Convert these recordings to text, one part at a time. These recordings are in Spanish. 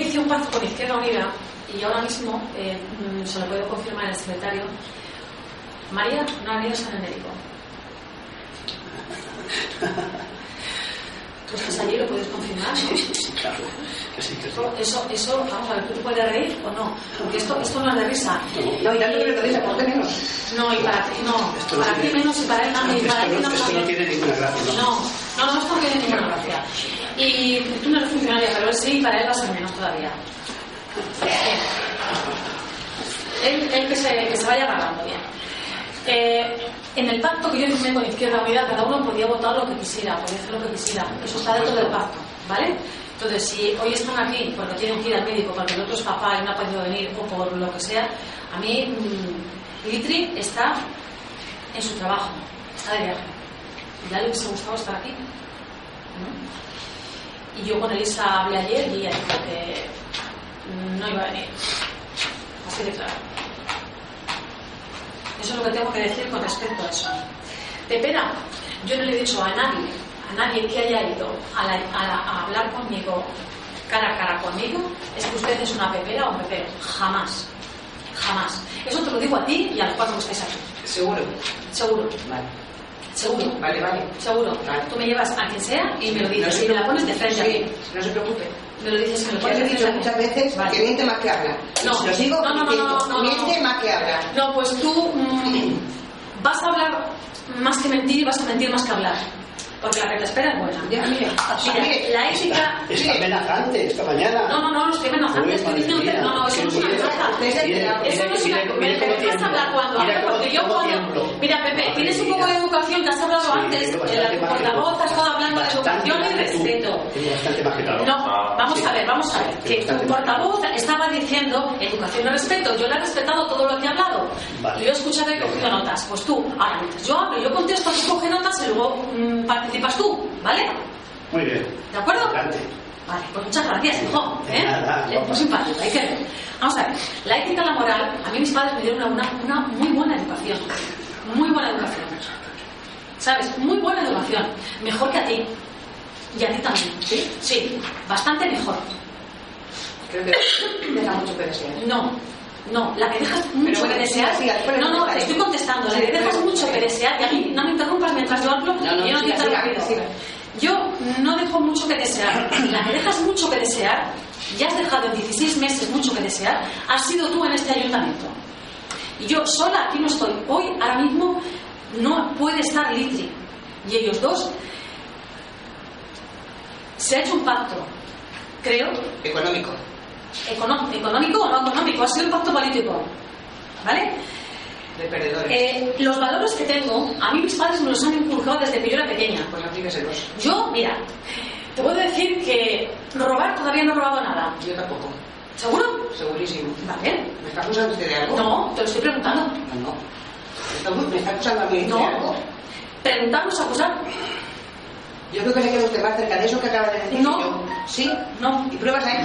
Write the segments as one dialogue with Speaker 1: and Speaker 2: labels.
Speaker 1: hice un pacto con Izquierda Unida y ahora mismo eh, se lo puedo confirmar en el secretario. María no ha ido a San Américo. Tú estás allí, lo puedes confirmar.
Speaker 2: Sí, sí, sí, claro. Que sí, que sí.
Speaker 1: Eso, eso, eso, vamos a ver, tú te puedes reír o no, porque esto, esto no es de risa.
Speaker 3: No, y tanto que me risa, ¿por qué menos?
Speaker 1: No, y para ti,
Speaker 2: Esto
Speaker 1: no,
Speaker 2: no
Speaker 1: para ti
Speaker 2: tiene-
Speaker 1: menos y para él más, y
Speaker 2: Esto
Speaker 1: para ti
Speaker 2: no,
Speaker 1: no
Speaker 2: esto no
Speaker 1: también.
Speaker 2: tiene ninguna gracia, ¿no?
Speaker 1: No, no, no, esto no tiene ninguna gracia. Y tú no eres funcionaria, pero él sí, para él va a ser menos todavía. Él, él que, se, que se vaya pagando bien. Eh, en el pacto que yo firmé con Izquierda Unida, cada uno podía votar lo que quisiera, podía hacer lo que quisiera. Eso está dentro del pacto, ¿vale? Entonces, si hoy están aquí porque tienen que ir al médico, porque el otro es papá y no ha podido venir, o por lo que sea, a mí, mm, Litri está en su trabajo, está de viaje. Ya le hubiese gustado estar aquí. ¿no? Y yo con Elisa hablé ayer y ella dijo que no iba a venir. Así de claro. Eso es lo que tengo que decir con respecto a eso. Pepera, yo no le he dicho a nadie, a nadie que haya ido a, la- a la- a hablar conmigo, cara a cara conmigo, es que usted es una pepera o un pepero. Jamás. Jamás. Eso te lo digo a ti y a los cuatro que estáis aquí.
Speaker 3: Seguro.
Speaker 1: Seguro,
Speaker 3: Vale,
Speaker 1: seguro.
Speaker 3: vale, vale.
Speaker 1: Seguro.
Speaker 3: Claro.
Speaker 1: Tú me llevas a quien sea y me lo
Speaker 3: No
Speaker 1: dices
Speaker 3: se
Speaker 1: y me la
Speaker 3: preocupe.
Speaker 1: pones de frente a mí.
Speaker 3: Sí, no se preocupe.
Speaker 1: Me lo dices y me lo
Speaker 3: Ya
Speaker 1: pones
Speaker 3: lo
Speaker 1: de frente
Speaker 3: he dicho
Speaker 1: a mí.
Speaker 3: muchas veces que
Speaker 1: Vale.
Speaker 3: miente más que habla.
Speaker 1: No,
Speaker 3: Se lo sigo
Speaker 1: no, no, no,
Speaker 3: diciendo,
Speaker 1: no, no, no.
Speaker 3: miente más que habla.
Speaker 1: No, pues tú mm, vas a hablar más que mentir y vas a mentir más que hablar. Porque la que te espera es buena.
Speaker 3: Ya, mira,
Speaker 1: Mira,
Speaker 3: mire,
Speaker 1: la ética...
Speaker 2: Está amenazante esta mañana.
Speaker 1: No, no, no, no estoy amenazando,
Speaker 2: Uy,
Speaker 1: estoy
Speaker 2: madre
Speaker 1: diciendo que
Speaker 2: mía,
Speaker 1: no, no, eso
Speaker 2: qué
Speaker 1: no es una
Speaker 2: miedo.
Speaker 1: amenaza.
Speaker 3: Mira,
Speaker 1: Eso no es una
Speaker 2: mira, mira cómo
Speaker 1: me dejas hablar
Speaker 2: tiemblo.
Speaker 1: cuando
Speaker 2: Mira
Speaker 1: hablo,
Speaker 2: cómo-
Speaker 1: porque yo
Speaker 2: cómo
Speaker 1: cuando...
Speaker 2: tiemblo.
Speaker 1: Mira, Pepe,
Speaker 2: Madre
Speaker 1: tienes un poco de
Speaker 2: mía.
Speaker 1: educación, te has hablado
Speaker 2: Sí,
Speaker 1: antes,
Speaker 2: tengo
Speaker 1: en
Speaker 2: bastante
Speaker 1: la
Speaker 2: más que
Speaker 1: portavoz
Speaker 2: tú.
Speaker 1: has estado hablando de
Speaker 2: Bastante
Speaker 1: educación y
Speaker 2: más que tú.
Speaker 1: respeto.
Speaker 2: Tengo bastante más que tú.
Speaker 1: No, vamos
Speaker 2: Sí.
Speaker 1: a ver, vamos a ver.
Speaker 2: Sí,
Speaker 1: Que tu
Speaker 2: bastante más.
Speaker 1: portavoz estaba diciendo educación y respeto. Yo le he respetado todo lo que ha hablado. Y
Speaker 2: Vale.
Speaker 1: Yo he escuchado y he cogido notas. Pues tú, ahora mientras yo hablo, yo contesto, tú coges notas y luego mm, participas tú, ¿vale?
Speaker 2: Muy bien.
Speaker 1: ¿De acuerdo?
Speaker 2: Adelante.
Speaker 1: Vale, pues muchas gracias, hijo. ¿eh?
Speaker 2: De nada,
Speaker 1: Le-
Speaker 2: guapa.
Speaker 1: Muy simpático, hay que ver. Vamos a ver, la ética y la moral, a mí mis padres me dieron una, una- una muy buena educación. Muy buena educación. ¿Sabes? Muy buena educación. Mejor que a ti. Y a ti también.
Speaker 3: ¿Sí?
Speaker 1: Sí, bastante mejor.
Speaker 3: creo que deja mucho que desear.
Speaker 1: No, no, la que dejas mucho
Speaker 3: bueno,
Speaker 1: que desear.
Speaker 3: siga, siga, pero
Speaker 1: no, no,
Speaker 3: vale.
Speaker 1: te estoy contestando, la
Speaker 3: Sí,
Speaker 1: que dejas
Speaker 3: pero-
Speaker 1: mucho que desear. Y a mí no me interrumpas mientras yo hablo,
Speaker 3: No, no,
Speaker 1: yo no
Speaker 3: siga,
Speaker 1: te
Speaker 3: siga,
Speaker 1: interrumpo.
Speaker 3: siga.
Speaker 1: Yo no dejo mucho que desear. La que dejas mucho que desear, ya has dejado en 16 meses mucho que desear, has sido tú en este ayuntamiento. Y yo sola aquí no estoy. Hoy, ahora mismo, no puede estar Litri. Y ellos dos. Se ha hecho un pacto, creo,
Speaker 3: Económico.
Speaker 1: econo- económico o no económico, ha sido un pacto político. ¿Vale?
Speaker 3: De perdedores.
Speaker 1: Eh, los valores que tengo, a mí mis padres me los han inculcado desde que yo era pequeña.
Speaker 3: Pues aplíqueselos.
Speaker 1: Yo, mira, te puedo decir que robar todavía no he robado nada.
Speaker 3: Yo tampoco.
Speaker 1: ¿Seguro?
Speaker 3: Segurísimo.
Speaker 1: Vale.
Speaker 3: ¿Me está acusando usted de algo?
Speaker 1: No, te lo estoy preguntando.
Speaker 3: No, no. ¿Me está- ¿Me está acusando a mí de
Speaker 1: No.
Speaker 3: algo?
Speaker 1: Preguntarnos, acusar.
Speaker 3: Yo creo que se queda usted más cerca de eso que acaba de decir
Speaker 1: No.
Speaker 3: yo. Sí.
Speaker 1: No.
Speaker 3: Y pruebas hay.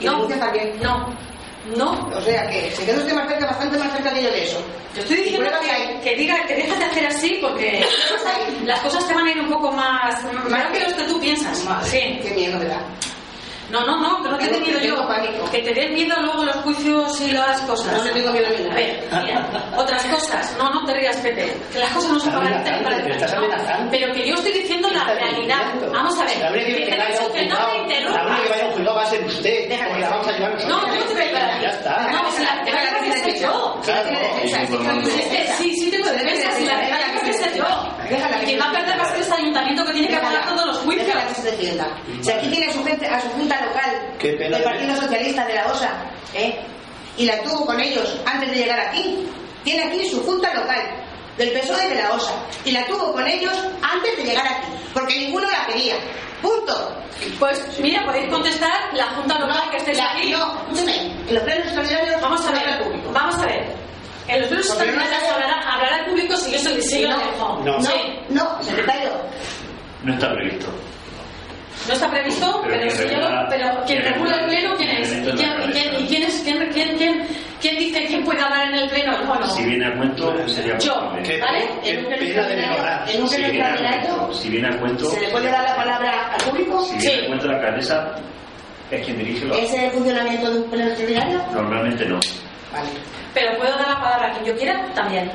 Speaker 3: Y
Speaker 1: No.
Speaker 3: denuncias también.
Speaker 1: No. No.
Speaker 3: O sea que se queda usted más cerca, bastante más cerca que yo de eso.
Speaker 1: Te estoy diciendo
Speaker 3: Y pruebas
Speaker 1: que,
Speaker 3: hay.
Speaker 1: que diga que dejas de hacer así porque las cosas te van a ir un poco más más que los que tú piensas.
Speaker 3: Madre,
Speaker 1: Sí.
Speaker 3: Qué miedo me da.
Speaker 1: No, no, no, que no te dé
Speaker 3: Tengo-
Speaker 1: miedo
Speaker 3: tengo
Speaker 1: yo.
Speaker 3: pánico.
Speaker 1: Que te den miedo luego los juicios y las cosas.
Speaker 3: No le tengo miedo a mí.
Speaker 1: A ver, mira, otras cosas. No, no te rías, Pepe. Que las cosas no son para
Speaker 2: Amenazante,
Speaker 1: para-
Speaker 2: pero estás
Speaker 1: no,
Speaker 2: amenazante.
Speaker 1: Pero que yo estoy diciendo la
Speaker 2: Está
Speaker 1: realidad.
Speaker 2: mintiendo.
Speaker 1: Vamos a ver.
Speaker 2: La única que,
Speaker 1: Que te
Speaker 2: vaya a
Speaker 1: digo
Speaker 2: un
Speaker 1: que no
Speaker 2: juzgado-
Speaker 1: me
Speaker 2: la única que vaya a
Speaker 1: interrumpas.
Speaker 2: un juzgado va a ser usted.
Speaker 3: Déjame.
Speaker 2: porque la vamos a llevar nosotros.
Speaker 1: No, yo te voy a llevar.
Speaker 2: Ya está.
Speaker 1: No, si la- te voy a
Speaker 3: tiene
Speaker 1: hacer
Speaker 3: defensa.
Speaker 1: yo.
Speaker 3: Claro, tiene
Speaker 2: Claro,
Speaker 3: defensa,
Speaker 2: y
Speaker 3: sí,
Speaker 2: informando.
Speaker 3: tiene defensa.
Speaker 1: Sí, sí tengo defensa. Si la
Speaker 3: Déjala
Speaker 1: realidad
Speaker 3: que
Speaker 1: es
Speaker 3: se
Speaker 1: que yo.
Speaker 3: defienda. Déjala que
Speaker 1: Quien
Speaker 3: se
Speaker 1: va a perder va a ser este ayuntamiento que tiene que pagar todos los juicios.
Speaker 3: Déjala que se defienda. Si aquí tiene a su gente, a su junta local
Speaker 2: Qué pena
Speaker 3: del
Speaker 2: que-
Speaker 3: Partido Socialista de la OSA, ¿eh? y la tuvo con ellos antes de llegar aquí, tiene aquí su junta local del PSOE E de la OSA, y la tuvo con ellos antes de llegar aquí, porque ninguno la quería. Punto.
Speaker 1: Pues mira, podéis contestar la Junta Local que estéis
Speaker 3: La-
Speaker 1: aquí.
Speaker 3: No, escúchame, en los plenos extraordinarios
Speaker 1: Vamos a
Speaker 3: habla el
Speaker 1: ver,
Speaker 3: público.
Speaker 1: vamos a ver. En los libros
Speaker 3: Porque no
Speaker 1: extraordinarios
Speaker 3: sabe-
Speaker 1: hablará, hablará el público si yo soy si yo
Speaker 3: No,
Speaker 1: dejo.
Speaker 2: no.
Speaker 3: No,
Speaker 1: Sí.
Speaker 3: no, secretario,
Speaker 4: No está previsto.
Speaker 1: No está previsto,
Speaker 4: Pero
Speaker 1: pero,
Speaker 4: quien
Speaker 1: si yo lo-
Speaker 4: regula-
Speaker 1: pero quien
Speaker 4: quien
Speaker 1: regula el
Speaker 4: regula-
Speaker 1: pleno, ¿quién es? ¿Y
Speaker 4: quien
Speaker 1: quién,
Speaker 4: regula
Speaker 1: y quién, y
Speaker 4: el
Speaker 1: quién es? ¿Quién, quién, quién, quién dice quién puede hablar en el pleno? El mono.
Speaker 4: Si viene a cuento, sería
Speaker 1: Yo.
Speaker 4: posible.
Speaker 2: Qué-
Speaker 1: ¿Vale?
Speaker 2: qué
Speaker 3: En un
Speaker 2: pena de
Speaker 3: pleno
Speaker 2: mejorar.
Speaker 3: extraordinario, en un
Speaker 4: Si
Speaker 3: pleno
Speaker 4: viene a
Speaker 3: extraordinario,
Speaker 4: cuento, si viene a cuento,
Speaker 3: ¿se le puede dar la palabra al público?
Speaker 4: si viene
Speaker 1: Sí.
Speaker 4: a cuento la alcaldesa, es quien dirige los...
Speaker 3: ¿Ese es el funcionamiento de un pleno extraordinario?
Speaker 4: Normalmente no.
Speaker 3: Vale.
Speaker 1: Pero puedo dar la palabra a quien yo quiera también.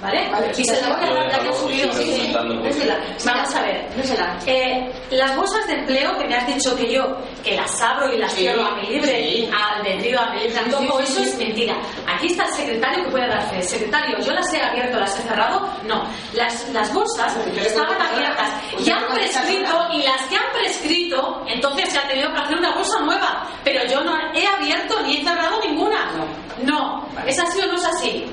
Speaker 1: ¿Vale?
Speaker 3: Vale,
Speaker 1: y se la voy a dar ya que he subido.
Speaker 5: Sí, sí,
Speaker 1: Sí, sí.
Speaker 5: comentando.
Speaker 1: Désela. Vamos a ver.
Speaker 3: Désela.
Speaker 1: Eh, las bolsas de empleo que me has dicho que yo, que las abro y las
Speaker 3: Sí,
Speaker 1: cierro a mi libre,
Speaker 3: sí.
Speaker 1: al albedrío, a mi libre
Speaker 3: Sí,
Speaker 1: antojo,
Speaker 3: sí, sí,
Speaker 1: eso
Speaker 3: sí.
Speaker 1: es mentira. Aquí está el secretario que puede dar fe. Secretario, yo las he abierto, las he cerrado. No. Las, las bolsas
Speaker 3: Pues usted le
Speaker 1: estaban
Speaker 3: contesta sola.
Speaker 1: abiertas.
Speaker 3: Usted
Speaker 1: Pues Ya
Speaker 3: le
Speaker 1: han
Speaker 3: contesta
Speaker 1: prescrito
Speaker 3: sola.
Speaker 1: y las que han prescrito, entonces se ha tenido que hacer una bolsa nueva. Pero yo no he abierto ni he cerrado ninguna. No. ¿Es así o no es así?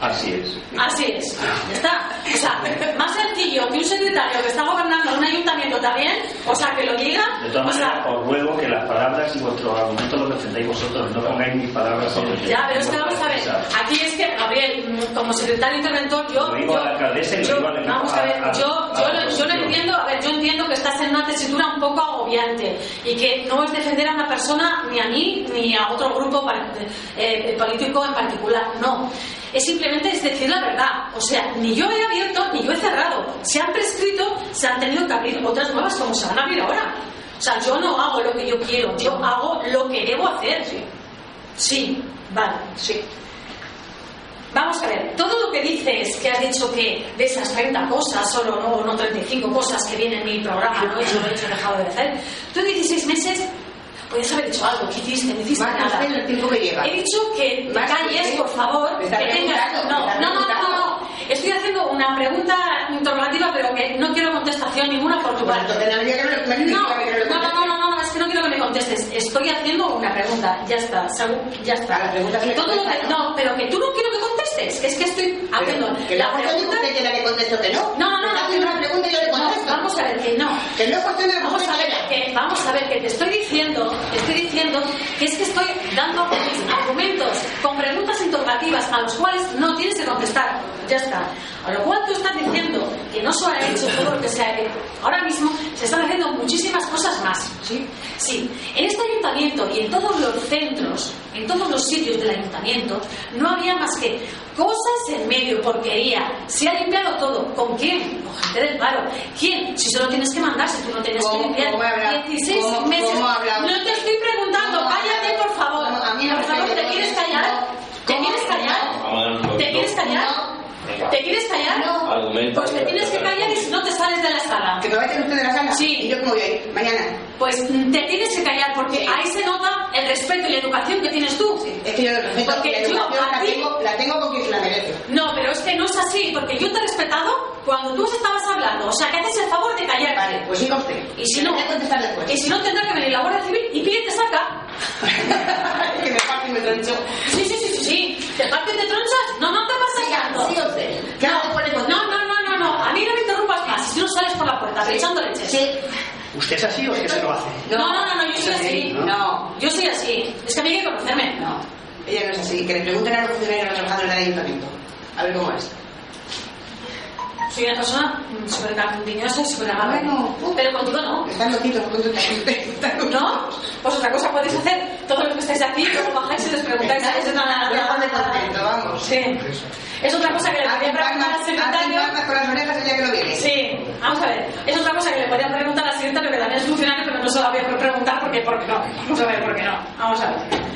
Speaker 4: Así es.
Speaker 1: Así es. Está, o sea, más sencillo que un secretario que está gobernando un ayuntamiento también, o sea, que lo diga,
Speaker 4: De todas
Speaker 1: o sea,
Speaker 4: maneras, os ruego que las palabras y vuestros argumentos los defendáis vosotros, no pongáis mis palabras sobre
Speaker 1: ya, pero es que vamos a ver, aquí es que, Gabriel, mm, como secretario interventor, yo,
Speaker 4: Lo digo
Speaker 1: yo-
Speaker 4: a la alcaldesa y lo
Speaker 1: yo-
Speaker 4: digo al-
Speaker 1: vamos a ver,
Speaker 4: a- a-
Speaker 1: yo,
Speaker 4: a
Speaker 1: yo, lo-
Speaker 4: la
Speaker 1: yo lo
Speaker 4: oposición.
Speaker 1: entiendo, a ver, yo entiendo que estás en una tesitura un poco agobiante y que no es defender a una persona, ni a mí, ni a otro grupo par- eh, político en particular, no. Es simplemente es decir la verdad. O sea, ni yo he abierto ni yo he cerrado. Se han prescrito, se han tenido que abrir otras nuevas como se van a abrir ahora. O sea, yo no hago lo que yo quiero, yo hago lo que debo hacer. Sí, vale, sí. Vamos a ver, todo lo que dices que has dicho que de esas 30 cosas, solo no, no 35 cosas que vienen en mi programa, no he hecho, lo he hecho, he dejado de hacer, tú en 16 meses podías haber hecho algo, ¿qué hiciste? No hiciste
Speaker 3: Más que
Speaker 1: nada.
Speaker 3: usted en el tiempo que lleva.
Speaker 1: He dicho que te
Speaker 3: Más que
Speaker 1: calles,
Speaker 3: usted.
Speaker 1: por favor,
Speaker 3: Me
Speaker 1: que
Speaker 3: está
Speaker 1: tengas...
Speaker 3: preguntando,
Speaker 1: No,
Speaker 3: me
Speaker 1: no, no,
Speaker 3: está
Speaker 1: no,
Speaker 3: preguntando.
Speaker 1: no, estoy haciendo una pregunta interrogativa, pero que no quiero contestación ninguna por tu
Speaker 3: Bueno,
Speaker 1: parte.
Speaker 3: entonces la medida que no le- me
Speaker 1: No,
Speaker 3: diga que no le
Speaker 1: no,
Speaker 3: conteste.
Speaker 1: no, no, no, no, es que no quiero que me contestes. Estoy haciendo una pregunta. Ya está, Sabu, ya está.
Speaker 3: A la pregunta que le
Speaker 1: Todo lo que-
Speaker 3: contesta,
Speaker 1: no, pero que tú no quiero que contestes. que Es que estoy
Speaker 3: Pero,
Speaker 1: haciendo
Speaker 3: que
Speaker 1: Ah, la
Speaker 3: la cuestión de
Speaker 1: pregunta.
Speaker 3: usted que la que contesto que no.
Speaker 1: No, no, no,
Speaker 3: Está
Speaker 1: no.
Speaker 3: haciendo una pregunta y yo le
Speaker 1: No,
Speaker 3: contesto.
Speaker 1: vamos a ver que no.
Speaker 3: Que no es cuestión de la
Speaker 1: Vamos a
Speaker 3: mujer
Speaker 1: ver
Speaker 3: que
Speaker 1: que, vamos a ver que te estoy diciendo, te estoy diciendo que es que estoy dando mis argumentos con preguntas interrogativas a los cuales no tienes que contestar. Ya está. A lo cual tú estás diciendo que no se ha hecho todo lo que se ha hecho. Ahora mismo se están haciendo muchísimas cosas más. Sí. Sí. En este ayuntamiento y en todos los centros, en todos los sitios del ayuntamiento, no había más que cosas en medio, porquería. Se ha limpiado todo. ¿Con quién? Con gente del paro. ¿Quién? Si solo tienes que mandar, si tú no tienes que
Speaker 3: ¿Cómo-
Speaker 1: limpiar.
Speaker 3: cómo he hablado?
Speaker 1: 16
Speaker 3: ¿Cómo-
Speaker 1: meses.
Speaker 3: cómo he hablado?
Speaker 1: no te estoy preguntando.
Speaker 3: ¿Cómo he
Speaker 1: Cállate,
Speaker 3: hablado?
Speaker 1: por favor.
Speaker 3: No, a mí no
Speaker 1: por
Speaker 3: me
Speaker 1: favor,
Speaker 3: parece
Speaker 1: ¿te
Speaker 3: que
Speaker 1: quieres
Speaker 3: no.
Speaker 1: callar? ¿Te
Speaker 3: ¿Cómo?
Speaker 1: quieres callar?
Speaker 5: Vamos a dar un
Speaker 1: ¿Te
Speaker 5: poquito.
Speaker 1: quieres callar?
Speaker 5: Venga.
Speaker 1: ¿Te quieres callar?
Speaker 3: No.
Speaker 5: Argumento.
Speaker 1: Pues te tienes que callar y si no te sales de la sala.
Speaker 3: no. Que me va a tener usted de la sala.
Speaker 1: Sí.
Speaker 3: Y yo como voy a ir mañana.
Speaker 1: Pues mm, te tienes que callar porque ahí se nota el respeto y la educación que tienes tú.
Speaker 3: Es que yo respeto
Speaker 1: Porque
Speaker 3: la
Speaker 1: yo
Speaker 3: educación
Speaker 1: a
Speaker 3: la
Speaker 1: ti-
Speaker 3: tengo, la tengo con quien se la merece.
Speaker 1: No, pero es que no es así, porque yo te he respetado cuando tú estabas hablando. O sea, que haces el favor de callarte.
Speaker 3: Vale, pues siga usted.
Speaker 1: Y si
Speaker 3: Que
Speaker 1: no,
Speaker 3: le voy a contestar después.
Speaker 1: y si no tendrá que venir la Guardia Civil y pide te saca.
Speaker 3: que me parte y me troncho.
Speaker 1: Sí, sí, sí, sí, sí. ¿Te partes de tronchas? No, no te pasas tanto.
Speaker 3: Siga usted. ¿Qué hago con el
Speaker 1: no, no, no, no, no. A mí no me interrumpas más. Si tú no sales por la puerta, echando leches.
Speaker 3: Sí.
Speaker 2: ¿Usted es así o es que se lo hace?
Speaker 1: No, no, no, no, yo soy así.
Speaker 3: No.
Speaker 1: Yo soy así. Es que a mí hay que conocerme.
Speaker 3: No. Ella no es así. Que le pregunten a los funcionarios a los trabajadores del ayuntamiento. A ver cómo es.
Speaker 1: Soy una persona mm, súper cariñosa y súper amable.
Speaker 3: Bueno, uh.
Speaker 1: Pero contigo no.
Speaker 3: Están loquitos, están loquitos.
Speaker 1: ¿No? Pues otra cosa podéis hacer. Todos los que estáis aquí, luego bajáis y les preguntáis. ¿sabéis? Es una-
Speaker 3: Voy a poner contento, vamos.
Speaker 1: Sí. Es otra cosa que le
Speaker 3: Hacen
Speaker 1: podría preguntar al
Speaker 3: palmas, hacen
Speaker 1: secretario.
Speaker 3: palmas con las orejas el día que no viene.
Speaker 1: Sí, vamos a ver. Es otra cosa que le podría preguntar al secretario, que también es funcionario, pero no se la voy a preguntar porque, porque no. Vamos a ver, porque no. Vamos a ver.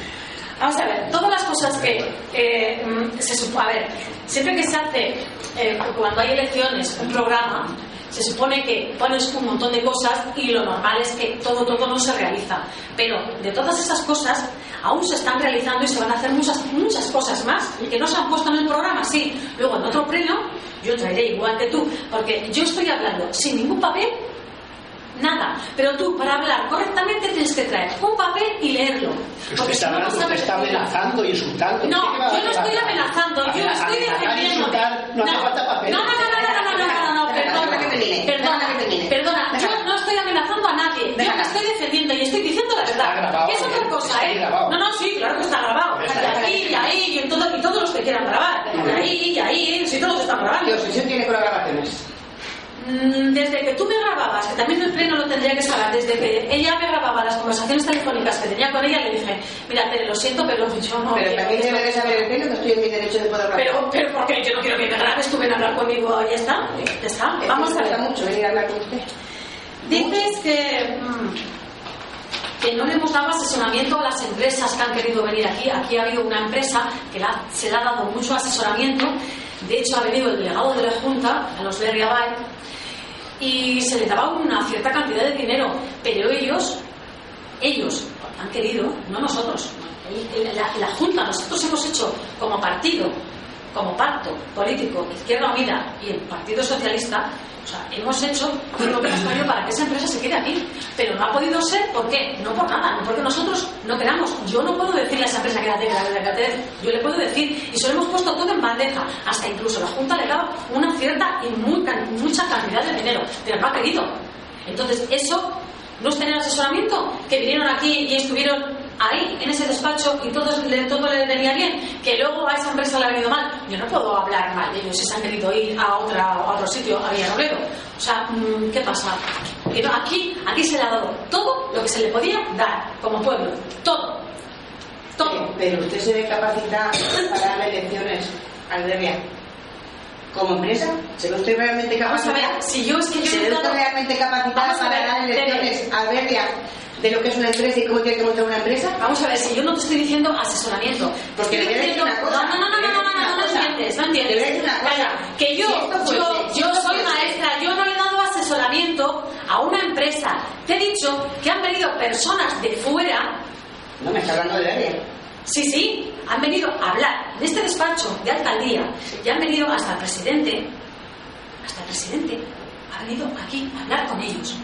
Speaker 1: Vamos a ver, todas las cosas que eh, mm, se supone. A ver, siempre que se hace, eh, cuando hay elecciones, un programa, se supone que pones un montón de cosas y lo normal es que todo, todo no se realiza. Pero de todas esas cosas, aún se están realizando y se van a hacer muchas, muchas cosas más que no se han puesto en el programa, sí. Luego en otro pleno, yo traeré igual que tú, porque yo estoy hablando sin ningún papel Nada. Pero tú, para hablar correctamente, tienes que traer un papel y leerlo.
Speaker 2: Usted
Speaker 1: Porque si
Speaker 2: está,
Speaker 1: no, no
Speaker 2: hablando, usted
Speaker 1: sabes
Speaker 2: está
Speaker 1: explicar.
Speaker 2: amenazando y insultando.
Speaker 1: No,
Speaker 2: ¿Qué va a
Speaker 1: yo no estoy
Speaker 2: hacer?
Speaker 1: amenazando, yo
Speaker 2: Amenazar
Speaker 1: estoy
Speaker 2: y
Speaker 1: defendiendo.
Speaker 2: insultar,
Speaker 1: No,
Speaker 2: No
Speaker 1: no,
Speaker 2: hace falta papel.
Speaker 1: no, no, no, no, no, no, no,
Speaker 3: Déjala, déjala que termine,
Speaker 1: perdona, perdona,
Speaker 3: déjala que termine.
Speaker 1: perdona, yo
Speaker 3: Déjala.
Speaker 1: no estoy amenazando a nadie, yo me
Speaker 3: Déjala.
Speaker 1: estoy defendiendo y estoy diciendo la
Speaker 2: Está
Speaker 1: verdad.
Speaker 2: grabado,
Speaker 1: Que es otra
Speaker 2: está
Speaker 1: cosa, ¿eh?
Speaker 2: grabado.
Speaker 1: No, no, sí, claro que está grabado.
Speaker 2: Está
Speaker 1: Y aquí, y ahí, y en todo, y todos los que quieran grabar. Y ahí, y ahí, si todos están grabando.
Speaker 3: Dios, si tiene colaboraciones.
Speaker 1: Mm, Desde que tú me grababas, que también el pleno lo tendría que saber, desde que ella me grababa las conversaciones telefónicas que tenía con ella, le dije, mira, te lo siento, pero yo no...
Speaker 3: Pero
Speaker 1: quiero
Speaker 3: también
Speaker 1: esto".
Speaker 3: debe de saber el pelo que estoy en mi derecho de poder hablar.
Speaker 1: pero, pero porque yo no quiero que me grabes, tú ven a hablar conmigo, ya está, eh, ya está,
Speaker 3: Es que
Speaker 1: vamos
Speaker 3: me
Speaker 1: a
Speaker 3: gusta
Speaker 1: ver.
Speaker 3: mucho venir a hablar con usted.
Speaker 1: Dices que... mm, que no le hemos dado asesoramiento a las empresas que han querido venir aquí. Aquí ha habido una empresa que la- se le ha dado mucho asesoramiento. De hecho, ha venido el delegado de la Junta, a los Berry Abad, y se les daba una cierta cantidad de dinero, pero ellos, ellos han querido, no nosotros, el- el- la, la Junta, nosotros hemos hecho como partido, como pacto político, Izquierda Unida y el Partido Socialista, o sea, hemos hecho lo que nos cayó para que esa empresa se quede aquí, pero no ha podido ser, ¿por qué? No por nada, no porque nosotros no queramos, yo no puedo decirle a esa empresa quédate, quédate, quédate, yo le puedo decir, y se lo hemos puesto todo en bandeja, hasta incluso la Junta le daba una cierta y muy can- mucha cantidad de dinero, pero no ha querido. Entonces, eso no es tener asesoramiento, que vinieron aquí y estuvieron ahí, en ese despacho, y todos, le- todo le venía bien, que luego a esa empresa le ha venido mal. Yo no puedo hablar mal de ellos si se han querido ir a, otra, a otro sitio, a Villarrobledo. O sea, mm, ¿qué pasa? Que no, aquí, aquí se le ha dado todo lo que se le podía dar, como pueblo, todo, todo.
Speaker 3: Eh, Pero usted se ve capacitada para darle lecciones al Berria. Como empresa, ¿se ve usted realmente
Speaker 1: Vamos a
Speaker 3: capacitada?
Speaker 1: ver, si yo es que yo
Speaker 3: ¿Se
Speaker 1: he
Speaker 3: ve usted
Speaker 1: estado-
Speaker 3: realmente capacitada
Speaker 1: Vamos a
Speaker 3: para
Speaker 1: ver,
Speaker 3: darle
Speaker 1: Tere.
Speaker 3: lecciones al Berria de lo que es una empresa y cómo tiene que montar una empresa?
Speaker 1: Vamos a ver, si yo no te estoy diciendo asesoramiento.
Speaker 3: Porque
Speaker 1: Te
Speaker 3: le voy a
Speaker 1: estoy
Speaker 3: decir
Speaker 1: diciendo-
Speaker 3: una cosa.
Speaker 1: No, no, no,
Speaker 3: le
Speaker 1: no,
Speaker 3: voy
Speaker 1: no, no,
Speaker 3: a decir
Speaker 1: no,
Speaker 3: una
Speaker 1: no
Speaker 3: cosa,
Speaker 1: entiendes, no
Speaker 3: le voy a
Speaker 1: entiendes.
Speaker 3: decir una
Speaker 1: Calla,
Speaker 3: cosa,
Speaker 1: que yo,
Speaker 3: si esto fuese-
Speaker 1: yo,
Speaker 3: si
Speaker 1: yo
Speaker 3: esto
Speaker 1: soy
Speaker 3: fuese-
Speaker 1: maestra, yo no le he dado asesoramiento a una empresa. Te he dicho que han venido personas de fuera
Speaker 3: No me está hablando de Berria.
Speaker 1: Sí, sí, han venido a hablar en este despacho de alcaldía y han venido hasta el presidente, hasta el presidente ha venido aquí a hablar con ellos.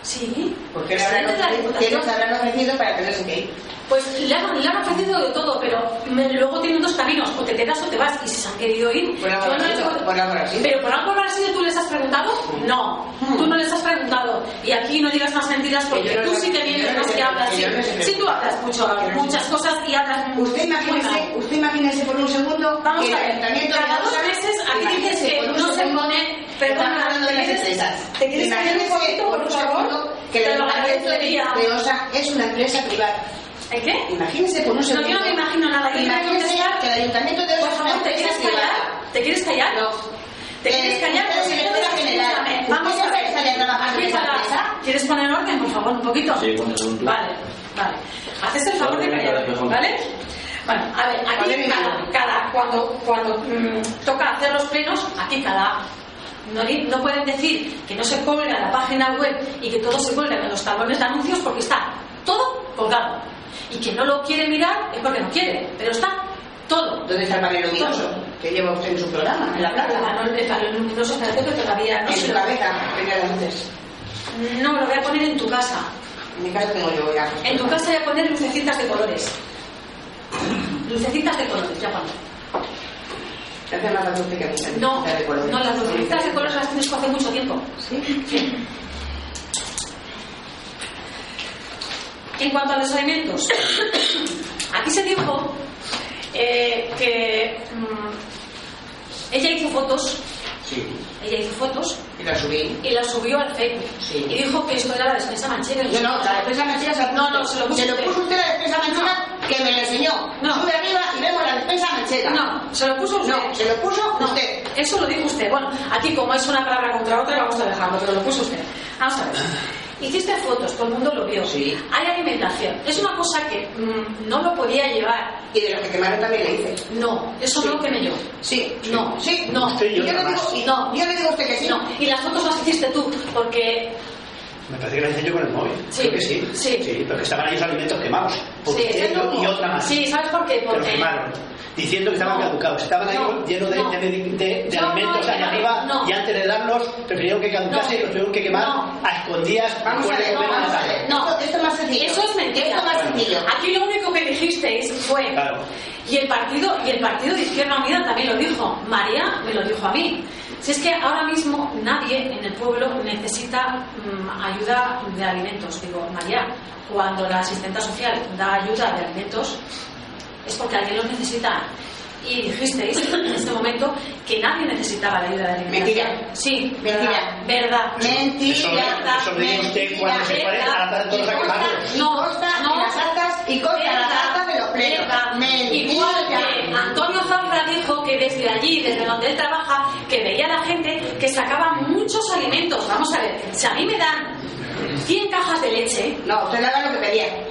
Speaker 1: Sí,
Speaker 3: Porque le
Speaker 1: el
Speaker 3: habrán
Speaker 1: presidente de la
Speaker 3: ofrecido, ¿qué
Speaker 1: Diputación-
Speaker 3: les habrán ofrecido para tenerse que ir?
Speaker 1: pues le han, le han ofrecido de todo, pero me- luego tienen dos caminos, o te quedas o te vas, y si se han querido ir,
Speaker 3: Por
Speaker 1: yo
Speaker 3: algo
Speaker 1: no les
Speaker 3: así,
Speaker 1: digo-
Speaker 3: por algo así.
Speaker 1: Pero por algo así tú les has preguntado, no, tú no les has preguntado, y aquí no digas más mentiras
Speaker 3: Hmm. Que
Speaker 1: porque
Speaker 3: yo no
Speaker 1: tú
Speaker 3: les-
Speaker 1: sí que
Speaker 3: que
Speaker 1: mientes
Speaker 3: yo no
Speaker 1: más
Speaker 3: les-
Speaker 1: que hablas,
Speaker 3: que
Speaker 1: sí,
Speaker 3: yo no les-
Speaker 1: Sí, tú hablas mucho,
Speaker 3: que yo no
Speaker 1: muchas
Speaker 3: les-
Speaker 1: cosas y hablas
Speaker 3: Usted
Speaker 1: muy
Speaker 3: imagínese,
Speaker 1: mal.
Speaker 3: usted imagínese por un segundo
Speaker 1: Vamos
Speaker 3: que
Speaker 1: a ver, cada dos meses aquí dices que no se pone,
Speaker 3: Estamos
Speaker 1: perdona,
Speaker 3: hablando de las empresas.
Speaker 1: ¿te quieres callar un
Speaker 3: Imagínese
Speaker 1: poquito, por
Speaker 3: un
Speaker 1: favor?
Speaker 3: segundo que la
Speaker 1: Te lo
Speaker 3: departamento
Speaker 1: agradecería.
Speaker 3: de OSA es una empresa privada.
Speaker 1: ¿El ¿Eh, qué?
Speaker 3: Imagínese por
Speaker 1: No,
Speaker 3: un
Speaker 1: yo no
Speaker 3: segundo.
Speaker 1: me imagino nada. Yo te voy a
Speaker 3: Imagínese
Speaker 1: contestar.
Speaker 3: que el ayuntamiento de
Speaker 1: Por
Speaker 3: OSA es una
Speaker 1: favor, ¿te
Speaker 3: empresa
Speaker 1: quieres
Speaker 3: privada.
Speaker 1: callar? ¿Te quieres callar? ¿Te
Speaker 3: Eh,
Speaker 1: quieres callar?
Speaker 3: usted es
Speaker 1: Pues
Speaker 3: directora
Speaker 1: entonces,
Speaker 3: general.
Speaker 1: escúchame,
Speaker 3: ¿Usted
Speaker 1: Vamos
Speaker 3: ya
Speaker 1: a ver.
Speaker 3: estaría trabajando en
Speaker 1: Empieza
Speaker 3: esa
Speaker 1: la-
Speaker 3: empresa?
Speaker 1: ¿Quieres poner orden, por favor, un poquito?
Speaker 4: Sí, bueno, un-
Speaker 1: Vale, vale. Haces el favor de
Speaker 4: Orden,
Speaker 1: callar,
Speaker 4: orden, orden.
Speaker 1: ¿vale? Bueno, a ver,
Speaker 3: Orden
Speaker 1: aquí
Speaker 3: y
Speaker 1: cada,
Speaker 3: orden.
Speaker 1: cada- cuando, cuando mm, toca hacer los plenos, aquí cada... No, di- no pueden decir que no se colga la página web y que todo se cuelga en los talones de anuncios porque está todo colgado. Y que no lo quiere mirar es porque no quiere, pero está todo.
Speaker 3: ¿Dónde está el panel luminoso que lleva usted en su programa? En la plaza.
Speaker 1: Para no- para los luminosos, espérate que todavía no
Speaker 3: En
Speaker 1: se
Speaker 3: su
Speaker 1: lo-
Speaker 3: cabeza, que era antes.
Speaker 1: No, lo voy a poner en tu casa.
Speaker 3: En mi casa tengo yo ya.
Speaker 1: En tu casa voy a poner lucecitas de colores. Lucecitas de colores, ya cuando.
Speaker 3: Hace más la usted que a mí.
Speaker 1: No,
Speaker 3: Las de colores.
Speaker 1: no, las lucecitas de colores las tienes que hace mucho tiempo.
Speaker 3: Sí.
Speaker 1: En cuanto a los alimentos, aquí se dijo eh, que mm, ella hizo fotos,
Speaker 3: Sí.
Speaker 1: ella hizo fotos
Speaker 3: Y la subí.
Speaker 1: y las subió al Facebook.
Speaker 3: Sí.
Speaker 1: Y dijo que esto era la despensa manchega.
Speaker 3: Yo no, la defensa manchega se la puso
Speaker 1: No, no,
Speaker 3: usted.
Speaker 1: se lo puso usted.
Speaker 3: usted la defensa manchega que me la enseñó.
Speaker 1: No.
Speaker 3: Sube arriba y vemos la defensa manchega.
Speaker 1: No, se lo puso usted.
Speaker 3: No, se lo puso
Speaker 1: No,
Speaker 3: usted.
Speaker 1: Eso lo dijo usted. Bueno, aquí como es una palabra contra otra, vamos a dejarlo, pero lo puso usted. Vamos a ver. Hiciste fotos, todo el mundo lo vio.
Speaker 3: Sí.
Speaker 1: Hay alimentación. Es una cosa que mm, no lo podía llevar.
Speaker 3: Y de los que quemaron también le hice.
Speaker 1: No, eso no lo quemé yo.
Speaker 3: Sí.
Speaker 1: No.
Speaker 3: Sí.
Speaker 1: No.
Speaker 2: Usted y yo
Speaker 3: yo, le
Speaker 2: nada
Speaker 3: digo,
Speaker 2: más.
Speaker 3: y
Speaker 1: No.
Speaker 3: yo le digo a usted que sí.
Speaker 1: No, y las fotos las hiciste tú, porque
Speaker 2: Me parece que la hice yo con el móvil.
Speaker 1: Sí,
Speaker 2: Creo que sí.
Speaker 1: sí.
Speaker 2: porque estaban ahí los alimentos quemados. Por
Speaker 1: Sí,
Speaker 2: usted
Speaker 1: eso
Speaker 2: y otra más.
Speaker 1: Sí, ¿sabes por qué?
Speaker 2: Que los
Speaker 1: Porque
Speaker 2: quemaron. Diciendo que estaban
Speaker 1: No.
Speaker 2: caducados. Estaban ahí
Speaker 1: No.
Speaker 2: llenos de,
Speaker 1: No.
Speaker 2: de- de- de
Speaker 1: No, no,
Speaker 2: alimentos
Speaker 1: no,
Speaker 2: allá
Speaker 1: no.
Speaker 2: arriba
Speaker 1: No.
Speaker 2: y antes de darlos prefirieron que caducase
Speaker 1: No.
Speaker 2: y los tuvieron que quemar
Speaker 1: No.
Speaker 2: a escondidas.
Speaker 3: Vamos a
Speaker 2: después de
Speaker 3: ver,
Speaker 2: comer
Speaker 3: vamos
Speaker 2: la
Speaker 3: a
Speaker 2: tarde.
Speaker 3: ver. No, esto es más sencillo.
Speaker 1: Eso es mentira.
Speaker 3: Esto es más sencillo.
Speaker 1: Aquí lo único que dijisteis fue,
Speaker 2: Claro.
Speaker 1: y el partido y el partido de Izquierda Unida también lo dijo, María me lo dijo a mí. Si es que ahora mismo nadie en el pueblo necesita mm, ayuda de alimentos, digo María, cuando la asistenta social da ayuda de alimentos es porque alguien los necesita. Y dijisteis en este momento que nadie necesitaba la ayuda de alimentos.
Speaker 3: Mentira.
Speaker 1: Sí,
Speaker 3: Mentira.
Speaker 1: verdad. Verdad.
Speaker 2: Eso
Speaker 3: Mentira.
Speaker 2: lo- eso lo dijo usted
Speaker 3: mentira,
Speaker 2: cuando se
Speaker 1: mentira.
Speaker 2: fue a dar todos a
Speaker 3: Y consta-
Speaker 2: quemarlos.
Speaker 3: y consta en las actas y consta en las actas de los plenos.
Speaker 1: Verdad.
Speaker 3: Mentira.
Speaker 1: Igual que Antonio Zafra dijo que desde allí, desde donde él trabaja, que veía a la gente que sacaba muchos alimentos. Vamos a ver, si a mí me dan 100 cajas de leche
Speaker 3: No, usted le haga lo que pedía.